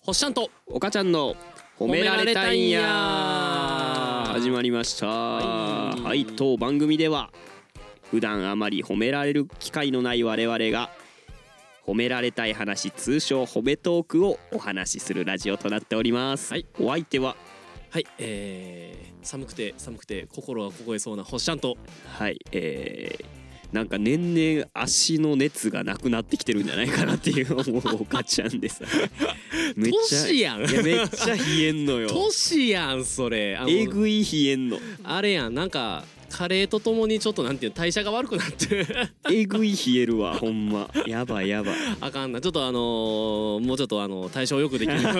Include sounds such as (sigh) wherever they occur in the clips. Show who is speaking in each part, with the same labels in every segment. Speaker 1: ほっしゃんと
Speaker 2: おかちゃんの褒められたいんや
Speaker 1: 褒められたいんや
Speaker 2: 始まりましたはいい、当番組では普段あまり褒められる機会のない我々が褒められたい話通称褒めトークをお話しするラジオとなっております、
Speaker 1: はい
Speaker 2: お相手は
Speaker 1: はい、えー、寒くて寒くて心が凍えそうなほっしゃんと
Speaker 2: はいえーなんか年々足の熱がなくなってきてるんじゃないかなっていう思うおかちゃんですめっ
Speaker 1: ト
Speaker 2: ちゃ
Speaker 1: シ
Speaker 2: い
Speaker 1: やん
Speaker 2: やめっちゃ冷えんの
Speaker 1: (laughs)
Speaker 2: よ
Speaker 1: トシやんそれあの
Speaker 2: えぐい冷えんの
Speaker 1: あれやんなんかカレーとともにちょっとなんていうの代謝が悪くなって (laughs)
Speaker 2: えぐい冷えるわほんまやばいやばい
Speaker 1: あかんなちょっとあのーもうちょっとあの対象よくできるよ
Speaker 2: (laughs)
Speaker 1: うに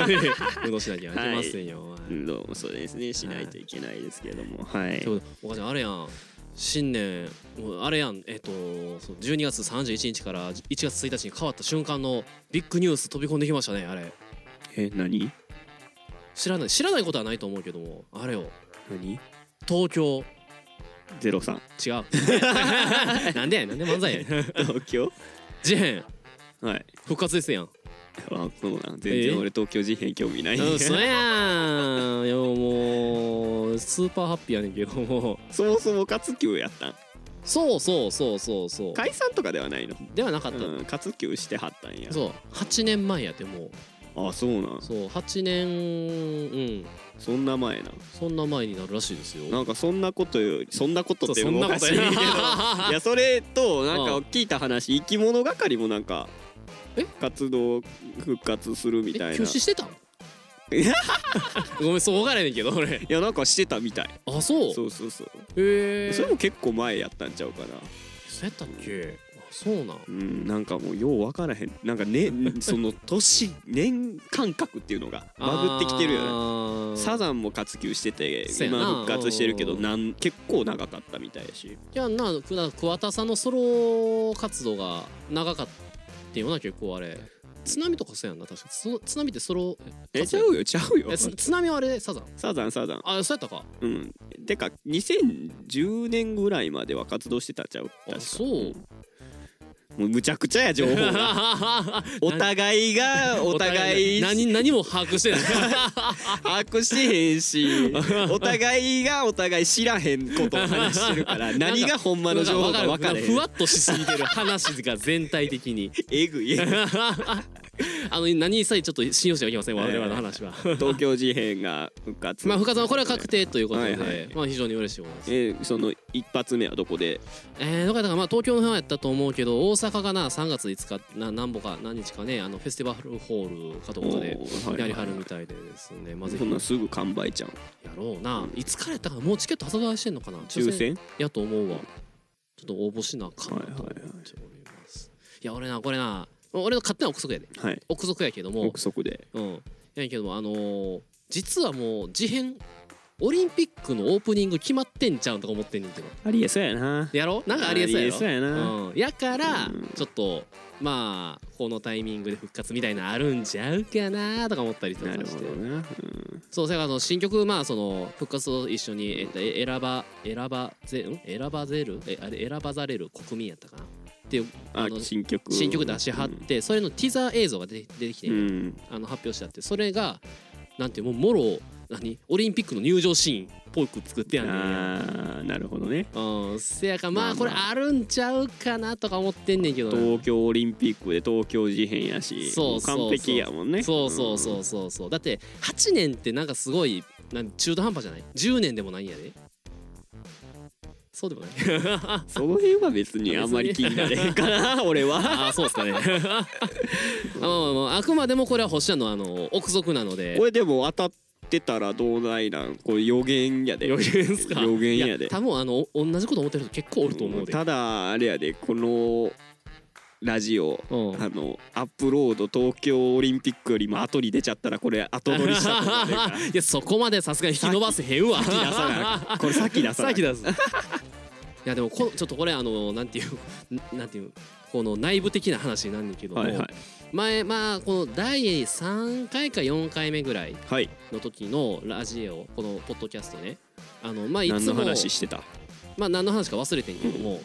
Speaker 1: 運動しなきゃいけませんよ、はい
Speaker 2: うんどうもそうですねしないといけないですけどもはい
Speaker 1: ということでお母ちゃんあれやん新年もうあれやんえっ、とそう12月31日から1月1日に変わった瞬間のビッグニュース飛び込んできましたねあれ
Speaker 2: え何
Speaker 1: 知らない知らないことはないと思うけどもあれよ
Speaker 2: 何
Speaker 1: 東京
Speaker 2: ゼロ三
Speaker 1: 違う
Speaker 2: (laughs)
Speaker 1: なんでやねんなんで漫才やねん
Speaker 2: 東京
Speaker 1: 事変
Speaker 2: はい
Speaker 1: 復活ですやん
Speaker 2: あそうな
Speaker 1: え
Speaker 2: ん全然俺東京事変興味ない、
Speaker 1: うんそやんいやもうスーパーハッピーやねんけども
Speaker 2: そもそも活休やったん
Speaker 1: そうそうそうそうそう
Speaker 2: 解散とかではないの
Speaker 1: ではなかった、
Speaker 2: うん活休してはったんや
Speaker 1: そう8年前やってもう
Speaker 2: あそうなん
Speaker 1: そう8年うん
Speaker 2: そんな前なん
Speaker 1: そんな前になるらしいですよ。
Speaker 2: なんかそんなことよりそんなことっていうのもおかしい
Speaker 1: そ
Speaker 2: け
Speaker 1: ん
Speaker 2: ど
Speaker 1: なことや (laughs)
Speaker 2: いやそれとなん
Speaker 1: う
Speaker 2: か
Speaker 1: ん
Speaker 2: 聞いた話生き物係もなんか
Speaker 1: え
Speaker 2: 活動復活するみた
Speaker 1: え
Speaker 2: い
Speaker 1: 休
Speaker 2: な
Speaker 1: 止して
Speaker 2: (laughs)
Speaker 1: たん
Speaker 2: いや
Speaker 1: ごめんそう分からへんねんけど俺
Speaker 2: いやなんかしてたみたい
Speaker 1: あそう
Speaker 2: そうそうそう、
Speaker 1: へえ
Speaker 2: それも結構前やったんちゃうかな
Speaker 1: そうやったっけあそうなん
Speaker 2: うんなんかもうよう分からへんなんかねその年年感覚っていう
Speaker 1: (laughs)
Speaker 2: のがバグってきてるよね
Speaker 1: ね
Speaker 2: サザンも活休してて
Speaker 1: そうやな
Speaker 2: 今復活してるけど
Speaker 1: うん
Speaker 2: なん結構長かったみたいやし
Speaker 1: いやな普段桑田さんのソロ活動が長かったよな結構あれ津波とかそうやんな確かそ津波ってソロ
Speaker 2: え
Speaker 1: 活
Speaker 2: ち
Speaker 1: 動
Speaker 2: ゃうよちゃうよ
Speaker 1: えつ津波はあれサザン
Speaker 2: サザンサザン
Speaker 1: あそうやったか
Speaker 2: うんてか2010年ぐらいまでは活動してたんちゃう確か
Speaker 1: あそうん
Speaker 2: もうむちゃくちゃや情報が (laughs)
Speaker 1: (laughs)
Speaker 2: お互いがお互い
Speaker 1: 何何も把握してない
Speaker 2: 把握してへ
Speaker 1: (laughs)
Speaker 2: んしお互いがお互い知らへんことを話して
Speaker 1: (laughs)
Speaker 2: るから何がほんまの情報か分からへ
Speaker 1: ふわ
Speaker 2: ん
Speaker 1: っとしすぎてる話が全体的に (laughs)
Speaker 2: えぐい
Speaker 1: あの何さえちょっと信用してはいけません我々の話は
Speaker 2: 東京事変が復活
Speaker 1: まあ深澤はこれは確定ということで、
Speaker 2: はいはい
Speaker 1: まあ非常に嬉しいことです
Speaker 2: えその一発目はどこで
Speaker 1: えー、どこやったかまあ東京の方やったと思うけど大阪がな3月5日な何ぼか何日かねあのフェスティバルホールかどこかで
Speaker 2: おーはい
Speaker 1: やりはるみたいでですねまあぜ
Speaker 2: そ
Speaker 1: ひ
Speaker 2: んなんすぐ完売ちゃん
Speaker 1: やろうないつからやったかなもうチケット発売してんのかな
Speaker 2: 抽選
Speaker 1: やと思うわちょっと応募しなあかんなと思っております、いや俺なこれな俺の勝手な憶測やで
Speaker 2: はい
Speaker 1: 憶測やけども
Speaker 2: 憶測で
Speaker 1: うんやけどもあのー実はもう事変オリンピックのオープニング決まってんちゃうんとか思ってんねんけど
Speaker 2: ありえそうやな
Speaker 1: やろなんかありえそうやろ
Speaker 2: ありえそうやな
Speaker 1: うん、やから
Speaker 2: うん
Speaker 1: ちょっとまあこのタイミングで復活みたいなのあるんちゃうかなとか思ったりとか
Speaker 2: なる
Speaker 1: し
Speaker 2: ほ
Speaker 1: て
Speaker 2: どな
Speaker 1: そうせやからその新曲まあその復活と一緒にえっとえ選ば選ばぜん選ばぜるえあれ選ばざれる国民やったかなっていうあ
Speaker 2: あ
Speaker 1: の
Speaker 2: 新曲
Speaker 1: 新曲出しはってそれのティザー映像が出て出てきて
Speaker 2: うん
Speaker 1: や
Speaker 2: ん
Speaker 1: あの発表してあってそれがなんていうもうもろ何オリンピックの入場シーンっぽく作ってやんねんや
Speaker 2: あーなるほどね
Speaker 1: うんせやからま
Speaker 2: ま
Speaker 1: あ
Speaker 2: あ
Speaker 1: これ
Speaker 2: ま
Speaker 1: あるんちゃうかなとか思ってんねんけどな
Speaker 2: 東京オリンピックで東京事変やし
Speaker 1: そうそうそう
Speaker 2: もう完璧やもんね
Speaker 1: そうそうそうそうそうだって8年ってなんかすごいなん中途半端じゃない10年でもないんやでそうで
Speaker 2: (laughs)
Speaker 1: もない
Speaker 2: その辺は別にあんまり気になれへん
Speaker 1: (laughs)
Speaker 2: かな俺は
Speaker 1: ああそうですかね (laughs) あまあまあまああくまでもこれは星野のあの憶測なので
Speaker 2: これでも当たってたらどうないなんこれ予言やで
Speaker 1: 予言っすか
Speaker 2: 予言や
Speaker 1: い
Speaker 2: で
Speaker 1: 多分あのお同じこと思ってる人結構おると思うで
Speaker 2: ただあれやでこのラジオ
Speaker 1: うん
Speaker 2: あのアップロード東京オリンピックよりも後に出ちゃったらこれ後取りした
Speaker 1: (laughs)
Speaker 2: と思うねんから
Speaker 1: いやそこまでさすがに引き伸ばせへんわ
Speaker 2: 先出さなこれ先出さな
Speaker 1: 先出す (laughs) いやでもこちょっとこれあのなんていうんなんていうんこの内部的な話になんだけども、
Speaker 2: はいはい
Speaker 1: 前まあこの第3回か4回目ぐらい
Speaker 2: はい
Speaker 1: の時のラジオこのポッドキャストねあのまあい
Speaker 2: 何
Speaker 1: つ
Speaker 2: の
Speaker 1: も
Speaker 2: 話してた
Speaker 1: まあ何の話か忘れてんけども、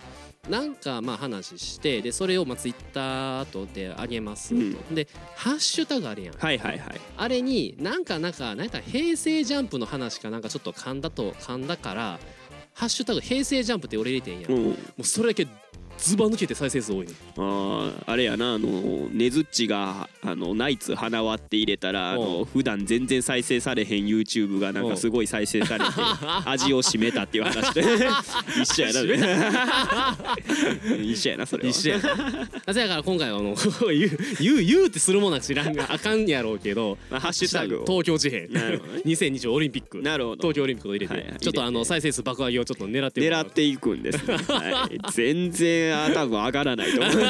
Speaker 1: なんかまあ話してでそれをまあツイッターとであげますと、でハッシュタグあるやん
Speaker 2: はいはいはい
Speaker 1: あれになんかなんかなんか平成ジャンプの話かなんかちょっと噛んだと噛んだからハッシュタグ平成ジャンプって俺入れてんや、
Speaker 2: う
Speaker 1: も
Speaker 2: ん
Speaker 1: うそれだけズバ抜けて再生数多いね
Speaker 2: あーあれやなあのねずっちがあのナイツ花輪って入れたらあ
Speaker 1: お
Speaker 2: の
Speaker 1: う
Speaker 2: 普段全然再生されへん YouTube がなん
Speaker 1: お
Speaker 2: か
Speaker 1: う
Speaker 2: すごい再生されて味を占めたっていう話
Speaker 1: (laughs)
Speaker 2: で一緒やな一緒やなそれは
Speaker 1: 一緒や (laughs) なせやから今回はあの言う (laughs) 言う言うってするもんなんか知らんがあかんやろう
Speaker 2: (laughs)
Speaker 1: けど
Speaker 2: まあハッシュタグを
Speaker 1: 東京事変
Speaker 2: なるほどね
Speaker 1: 2020オリンピック
Speaker 2: なるほど
Speaker 1: 東京オリンピックを入れて、
Speaker 2: はいはい
Speaker 1: ちょっとあ
Speaker 2: 入れ
Speaker 1: の
Speaker 2: て
Speaker 1: 再生数爆上げをちょっと狙ってみよう
Speaker 2: 狙っていくんですね、はい、全然あ多分上がらないと思うね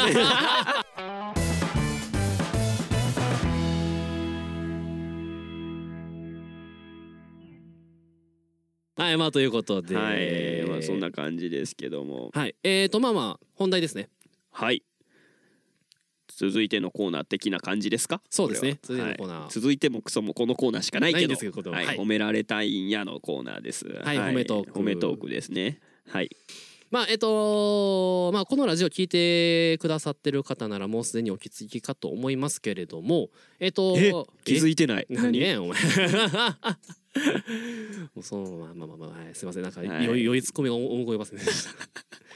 Speaker 1: はいまあということで
Speaker 2: はい、まあ、そんな感じですけども
Speaker 1: はいえーとまあまあ本題ですね
Speaker 2: はい続いてのコーナー的な感じですか
Speaker 1: そうですね
Speaker 2: これは
Speaker 1: 続いてのコーナー
Speaker 2: はい続いてもクソもこのコーナーしかないけど
Speaker 1: ないんですけどこれは
Speaker 2: はい
Speaker 1: はい
Speaker 2: 褒められたいんやのコーナーです
Speaker 1: はい褒めトーク
Speaker 2: 褒めトークですねはい
Speaker 1: まあえっ、とまあこのラジオ聞いてくださってる方ならもうすでにお気づきかと思いますけれどもえっ、と
Speaker 2: え気づいてない
Speaker 1: 何やねんお前もうそうまあまあまあまあ、はい、すいませんなんか、
Speaker 2: はい
Speaker 1: よいよいツッコミが思い (laughs) 込みませんでした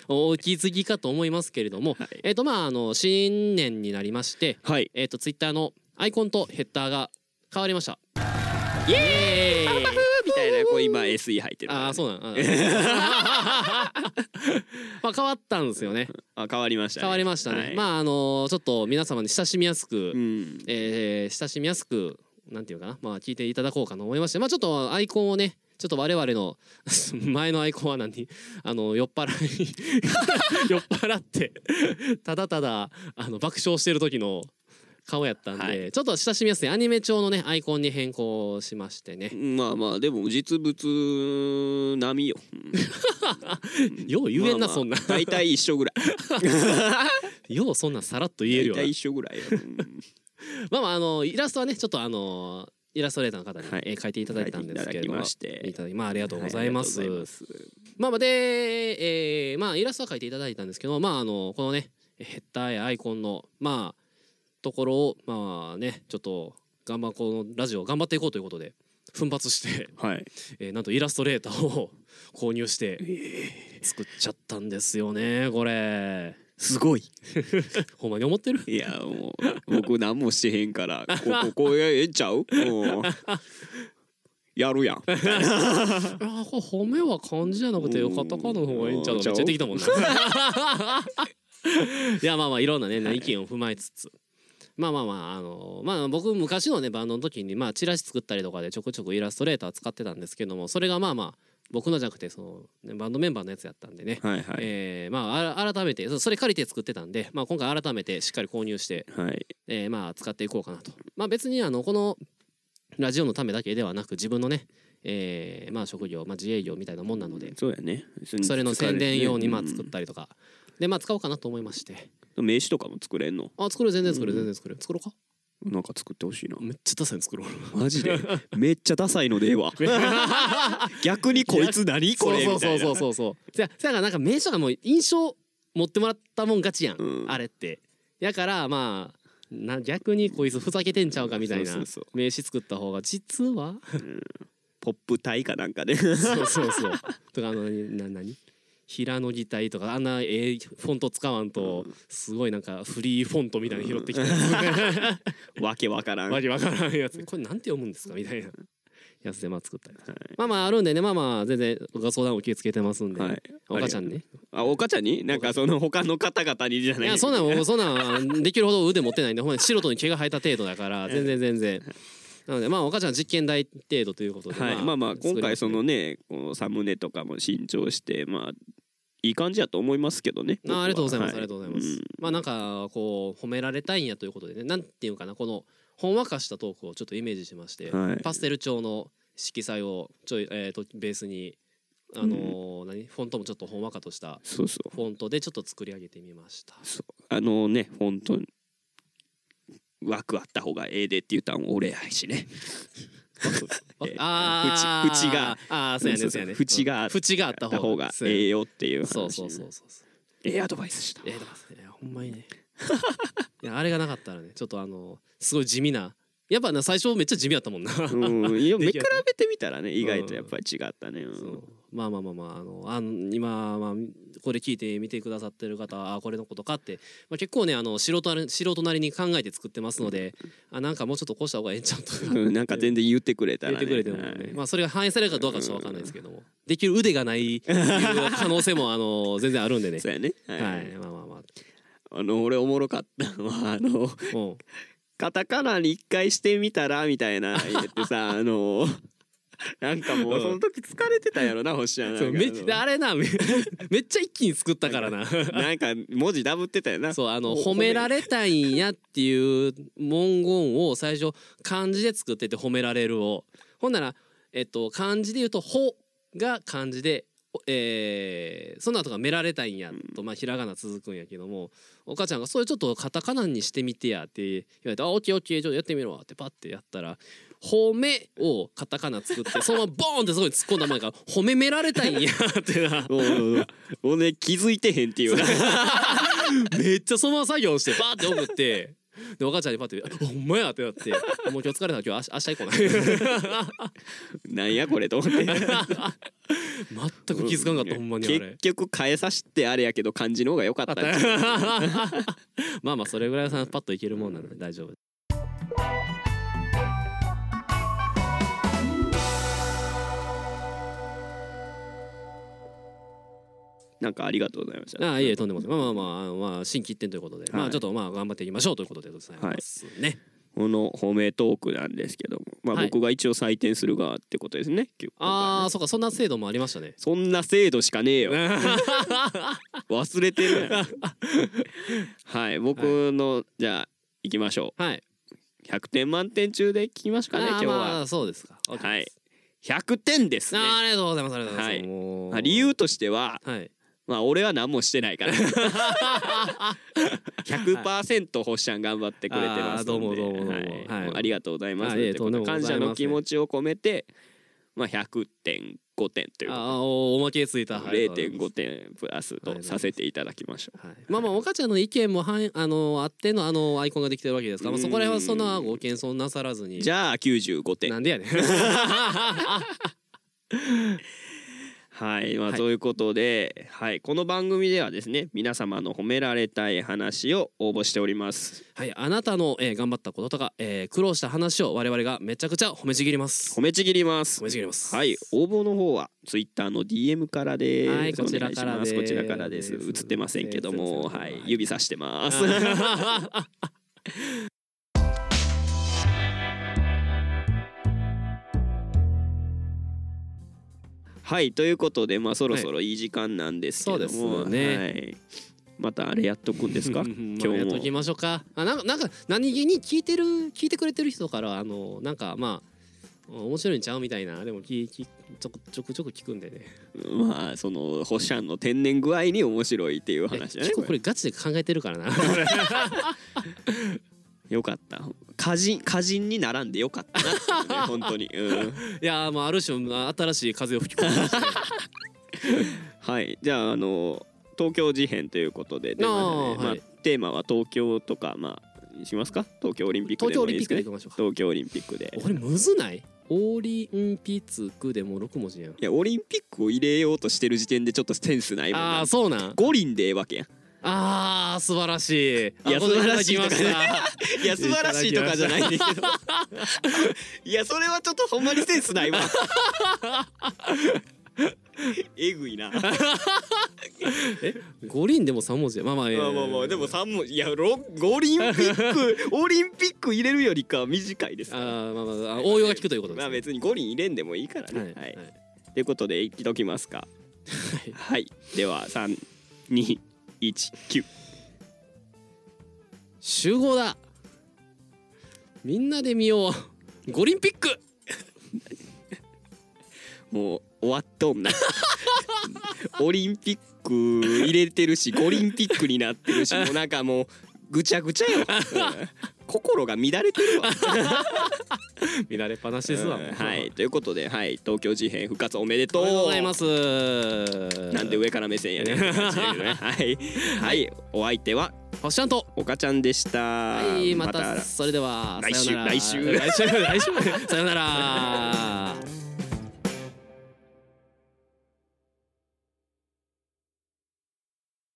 Speaker 1: おお気づきかと思いますけれども、
Speaker 2: はい
Speaker 1: えっ、とまああの新年になりまして
Speaker 2: はい
Speaker 1: えっ、とツイッターのアイコンとヘッダーが変わりましたイエーイ
Speaker 2: みたいなこう今 SE 入ってる
Speaker 1: ああそうなんあー
Speaker 2: (laughs)
Speaker 1: まあ変わったんですよね
Speaker 2: あ変わりましたね
Speaker 1: 変わりましたね、
Speaker 2: はい
Speaker 1: まああのちょっと皆様に親しみやすく、
Speaker 2: うん
Speaker 1: えー親しみやすくなんていうかなまあ聞いていただこうかと思いましてまあちょっとアイコンをねちょっと我々の (laughs) 前のアイコンは何あの酔っ払い (laughs) 酔っ払ってただただあの爆笑してる時の顔やったんで、
Speaker 2: はい
Speaker 1: ちょっと親しみやすいアニメ調のねアイコンに変更しましてね、
Speaker 2: まあまあでも実物並みよ
Speaker 1: よう言えんな、
Speaker 2: まあまあ
Speaker 1: そんな
Speaker 2: 大体一緒ぐらい
Speaker 1: ようそんなさらっと (laughs) 言える
Speaker 2: 大
Speaker 1: よな
Speaker 2: 体一緒ぐらいようん
Speaker 1: まあまああのイラストはねちょっとあのイラストレーターの方に、
Speaker 2: はい
Speaker 1: えー描いていただいたんですけれども
Speaker 2: 描いていただきまして
Speaker 1: いただきまあありがとうございます,、
Speaker 2: はいあり
Speaker 1: まあ
Speaker 2: がとうございます
Speaker 1: まあで、えーまあイラストは描いていただいたんですけどまああのこのねヘッダーやアイコンのまあところをまあねちょっと頑張このラジオ頑張っていこうということで奮発して、 (laughs)
Speaker 2: はい
Speaker 1: えーなんとイラストレーターを購入
Speaker 2: (laughs)
Speaker 1: して作っちゃったんですよねこれ
Speaker 2: すごい
Speaker 1: ほんまに思ってる
Speaker 2: いやもう僕何もしてへんからこここうええんちゃうもうやるやん
Speaker 1: ああこれ褒めは漢字じゃなくてカタカナの方がいいんちゃうのめっ
Speaker 2: うん
Speaker 1: ちゃ出てきたもんな (laughs) いやまあまあいろんなね意見を踏まえつつ、まあまあまああのまあ僕昔のねバンドの時にまあチラシ作ったりとかでちょこちょこイラストレーター使ってたんですけどもそれがまあまあ僕のじゃなくてその、ね、バンドメンバーのやつやったんでね、
Speaker 2: はいはい、
Speaker 1: えーまああら改めてそそれ借りて作ってたんで、まあ、今回改めてしっかり購入して
Speaker 2: はい
Speaker 1: えーまあ使っていこうかなと。まあ別にあのこのラジオのためだけではなく自分のね、えーまあ職業、まあ、自営業みたいなもんなので
Speaker 2: そうやね
Speaker 1: (laughs) それの宣伝用にまあ作っ
Speaker 2: うん
Speaker 1: たりとか、でまあ使おうかなと思いまして
Speaker 2: 名刺とかも作れんの
Speaker 1: あ作る全然作る全然作る作ろうか
Speaker 2: なんか作ってほしいな
Speaker 1: めっちゃダサいの作ろう
Speaker 2: マジでめっちゃダサいのでえ
Speaker 1: (laughs)
Speaker 2: えわ逆にこいつ何こ
Speaker 1: そう
Speaker 2: れ
Speaker 1: そ
Speaker 2: み
Speaker 1: う
Speaker 2: た
Speaker 1: そう
Speaker 2: いな
Speaker 1: そうそうそう (laughs) せやせやからなんか名所がもう印象持ってもらったもん勝ちやん、
Speaker 2: うん
Speaker 1: あれってやからまあな逆にこいつふざけてんちゃうかみたいな
Speaker 2: そうそうそう
Speaker 1: 名刺作った方が実は
Speaker 2: ポップ隊かなんかで (laughs)
Speaker 1: そうそうそう。とかあのな何平野擬態とかあんなえーフォント使わんとすごいなんかフリーフォントみたいに拾ってきたや
Speaker 2: わけわから
Speaker 1: つ
Speaker 2: ん
Speaker 1: わけわからんやつこれなんて読むんですかみたいなやつでまあ作ったりとか、まあまああるんでねまあまあ全然ご相談受け付けてますんで、
Speaker 2: はい
Speaker 1: お母ちゃんね
Speaker 2: あお母ちゃんになんかその他の方々にじゃ
Speaker 1: い
Speaker 2: ない
Speaker 1: やそんなんもうそんなんできるほど腕持ってないんでほんまに素人に毛が生えた程度だから全然全然なのでまあお母ちゃん実験台程度ということで、
Speaker 2: はい、まあまあ今回そ
Speaker 1: 作り
Speaker 2: のねこのサムネとかも新調してまあいい感じやと思いますけどね。
Speaker 1: あありがとうございます、
Speaker 2: は
Speaker 1: ありがとうございます、
Speaker 2: ん
Speaker 1: まあなんかこう褒められたいんやということでねなんていうかなこのほんわかしたトークをちょっとイメージしまして、
Speaker 2: はい
Speaker 1: パステル調の色彩をちょい、えー、とベースにあのー何フォントもちょっとほんわかとした
Speaker 2: そうそう
Speaker 1: フォントでちょっと作り上げてみました
Speaker 2: そうあのね本当に枠あった方がええでって言ったん俺や
Speaker 1: (laughs)
Speaker 2: しね。
Speaker 1: あ
Speaker 2: えー
Speaker 1: あー
Speaker 2: 縁縁が
Speaker 1: あーそうや
Speaker 2: そ
Speaker 1: ね
Speaker 2: う
Speaker 1: そ
Speaker 2: そうう
Speaker 1: やね
Speaker 2: 縁が
Speaker 1: 縁があった
Speaker 2: あった方
Speaker 1: 方
Speaker 2: が
Speaker 1: が
Speaker 2: え
Speaker 1: え
Speaker 2: えよっていう話。
Speaker 1: そうそうそうそうそう
Speaker 2: ええアドバイスした
Speaker 1: ええだからいやほんまにねいやあれがなかったらねちょっとあのすごい地味なやっぱな最初めっちゃ地味やったもんな、
Speaker 2: う
Speaker 1: (laughs)
Speaker 2: ん、いや目
Speaker 1: 出来上
Speaker 2: 比べ
Speaker 1: が
Speaker 2: てみたらね意外とやっぱり違ったね、うん
Speaker 1: そうまあまあまあまああのあん今、まあ、これ聞いて見てくださってる方はあこれのことかって、まあ、結構ねあの素人なり素人なりに考えて作ってますので、あなんかもうちょっとこうした方がええんちゃうとか
Speaker 2: うんなんか全然言ってくれた
Speaker 1: (laughs)
Speaker 2: ら
Speaker 1: 言って
Speaker 2: ね
Speaker 1: くれてもね、
Speaker 2: はい
Speaker 1: まあそれが反映されるかどうかちょっとわかんないですけども、できる腕がないっていう可能性もあ (laughs) の全然あるんでね
Speaker 2: そうやね、は
Speaker 1: はいい、まあまあまあ
Speaker 2: あの俺おもろかったのは (laughs) あの
Speaker 1: うん
Speaker 2: カタカナに一回してみたらみたいな言っ
Speaker 1: (laughs)
Speaker 2: てさあのなんかもうその時疲れてたやろな星ちゃん
Speaker 1: そう
Speaker 2: なんか
Speaker 1: めあれなめ (laughs) めっちゃ一気に作ったからな
Speaker 2: なんか文字ダブってたよな
Speaker 1: そうあの
Speaker 2: ほ
Speaker 1: 褒められたいんやっていう文言を最初漢字で作ってて褒められるをほんなら、えっと、漢字で言うと「ほ」が漢字で、おえーその後が「められたいんや」と、まあ、ひらがな続くんやけどもお母ちゃんが「それちょっとカタカナにしてみてや」って言われて「あオッケーオッケーちょっとやってみろ」ってパッてやったら「褒め」をカタカナ作ってそのままボーンってそこに突っ込んだ前から「褒めめられたいんや」ってな。
Speaker 2: そうそうそう俺ね気づいてへんっていうな (laughs)
Speaker 1: めっちゃそのまま作業してバーって送って。でお母ちゃんにパッて「あほんまや」ってなって「もう今日疲れた今日明日明日行こ
Speaker 2: なんやこれと思って
Speaker 1: うな」 (laughs) 全く気づかんかったほんまにあれ
Speaker 2: 結局変えさせてあれやけど漢字の方が良かったんちゃう (laughs)
Speaker 1: まあまあそれぐらいさパッといけるもんなんで大丈夫
Speaker 2: なんかありがとうございました
Speaker 1: ああいえとんでもないまあまあまああのまあ新規一点ということで、ま
Speaker 2: は
Speaker 1: あ
Speaker 2: い
Speaker 1: ちょっとまあ頑張っていきましょうということでございますね、
Speaker 2: この褒めトークなんですけども、まあ、
Speaker 1: はい
Speaker 2: 僕が一応採点する側ってことですね。今日
Speaker 1: ああそうかそんな制度もありました
Speaker 2: (laughs)
Speaker 1: ね
Speaker 2: そんな制度しかねえよ。忘れてるや
Speaker 1: (laughs)
Speaker 2: ん。はい、僕の、じゃあ行きましょ
Speaker 1: はい、
Speaker 2: う。100点満点中で聞きまし
Speaker 1: あ
Speaker 2: たかね今
Speaker 1: あ
Speaker 2: 日
Speaker 1: ま
Speaker 2: は。
Speaker 1: あそうですか OK です
Speaker 2: はい100点ですね
Speaker 1: あ。あありがとうございますありがとうございます、
Speaker 2: はい
Speaker 1: もう
Speaker 2: まあ、理由としては、
Speaker 1: はい
Speaker 2: まあ俺は何もしてな
Speaker 1: (laughs)
Speaker 2: いから。100%星ちゃん頑張ってくれてますんで。
Speaker 1: あーどうもどうもどうも
Speaker 2: はい
Speaker 1: はい
Speaker 2: もうありがとうございます。
Speaker 1: あいえ
Speaker 2: と
Speaker 1: と
Speaker 2: いうことで
Speaker 1: んでもござい
Speaker 2: 感
Speaker 1: ません
Speaker 2: 謝の気持ちを込めて、まあ100.5点という
Speaker 1: あ
Speaker 2: こ
Speaker 1: あおおまけついた
Speaker 2: と
Speaker 1: はい
Speaker 2: で、0.5点プラスとさせていただきましょう。
Speaker 1: はい、まあまあ岡ちゃんの意見もはんあのあってのあのアイコンができてるわけですから、まあ、そこら辺はそんなご謙遜なさらずに
Speaker 2: じゃあ95点
Speaker 1: な。んでや
Speaker 2: (laughs)
Speaker 1: ねん
Speaker 2: はい、まあ、
Speaker 1: はい
Speaker 2: ということで、はい、この番組ではですね、皆様の褒められたい話を応募しております。
Speaker 1: はいあなたの、えー頑張ったこととか、えー苦労した話を我々がめちゃくちゃ褒めちぎります
Speaker 2: 褒めちぎります
Speaker 1: 褒。めちぎります (laughs)
Speaker 2: はい、応募の方はツイッターの DM からです。
Speaker 1: はいこちら
Speaker 2: お願いし
Speaker 1: から
Speaker 2: ま
Speaker 1: ですす
Speaker 2: こちらからです。映ってませんけども、
Speaker 1: 全然
Speaker 2: はい
Speaker 1: はい、
Speaker 2: 指さしてます。 (laughs) はい、ということで、まあ、そろそろいい時間なんですけども、
Speaker 1: はいそうですね
Speaker 2: はい、またあれやっとくんですか。
Speaker 1: 今
Speaker 2: 今
Speaker 1: 日
Speaker 2: 日
Speaker 1: やっと
Speaker 2: も
Speaker 1: きましょうかあなんかなんか何気に聞いてる聞いてくれてる人からあのなんかまあ面白いんちゃうみたいなでもききちょくちょくちょく聞くんでね
Speaker 2: まあその保シャンの天然具合に面白いっていう
Speaker 1: いや
Speaker 2: 話だね
Speaker 1: 結構これガチで考えてるからな
Speaker 2: よかった歌人歌人に並んでよかったなってい
Speaker 1: (laughs)
Speaker 2: うね本当に、うん、
Speaker 1: いやーもうある種まあ新しい風を吹き込んでましたね
Speaker 2: はいじゃああの東京事変ということで出ました
Speaker 1: あ
Speaker 2: ね
Speaker 1: ー
Speaker 2: まあ
Speaker 1: はい
Speaker 2: テーマは東京とかまあしますか東京オリンピック
Speaker 1: 東
Speaker 2: で
Speaker 1: 京オ
Speaker 2: もい
Speaker 1: リ
Speaker 2: い
Speaker 1: ンピッ
Speaker 2: で
Speaker 1: ク
Speaker 2: す
Speaker 1: でい
Speaker 2: かね
Speaker 1: きましょうか
Speaker 2: 東京オリンピックで
Speaker 1: これむずないオリンピックでも6文字やん
Speaker 2: いやオリンピックを入れようとしてる時点でちょっとセンスないもん
Speaker 1: あ
Speaker 2: な
Speaker 1: あそうなん
Speaker 2: 五輪でええわけや
Speaker 1: (laughs)
Speaker 2: ん
Speaker 1: あー素晴らしい
Speaker 2: いや
Speaker 1: あこれ
Speaker 2: 素晴らしいとか
Speaker 1: た
Speaker 2: ね
Speaker 1: だきました
Speaker 2: いや素晴らしいとかじゃないんだけど (laughs) いやそれはちょっとほんまにセンスな
Speaker 1: (laughs)
Speaker 2: いわえぐいなまあ
Speaker 1: 五輪でも3文字やまあまあえー
Speaker 2: まあまあでも三文字いやろ五輪ピ
Speaker 1: (laughs)
Speaker 2: ックオリンピック入れるよりかは短いです
Speaker 1: あ
Speaker 2: から
Speaker 1: ーまあまああ応用が効くということで
Speaker 2: まあ
Speaker 1: すね
Speaker 2: 別に五輪入れんでもいいからね
Speaker 1: は
Speaker 2: はいい、と、
Speaker 1: はいいう
Speaker 2: ことで一きときますか
Speaker 1: はい
Speaker 2: はいでは三二一九
Speaker 1: 集合だみんなで見よう五輪ピック
Speaker 2: もう終わっ
Speaker 1: (laughs)
Speaker 2: とんなオリンピック
Speaker 1: (laughs)
Speaker 2: 入れてるし五輪ピックになってるしもうなんかもうぐちゃぐちゃよ、心が乱れてるわ。
Speaker 1: 見られっぱなしですわ。
Speaker 2: うんはい、ということで、はい、東京事変復活おめでと
Speaker 1: お
Speaker 2: う。
Speaker 1: めでとうございます。
Speaker 2: なんで上から目線やねんって感じだけどねはい、はい、お相手は
Speaker 1: ほっしゃんと。
Speaker 2: 岡ちゃんでした。
Speaker 1: はい、またそれでは
Speaker 2: 来週
Speaker 1: (laughs) さようなら
Speaker 2: 来週
Speaker 1: 来週来週さようなら。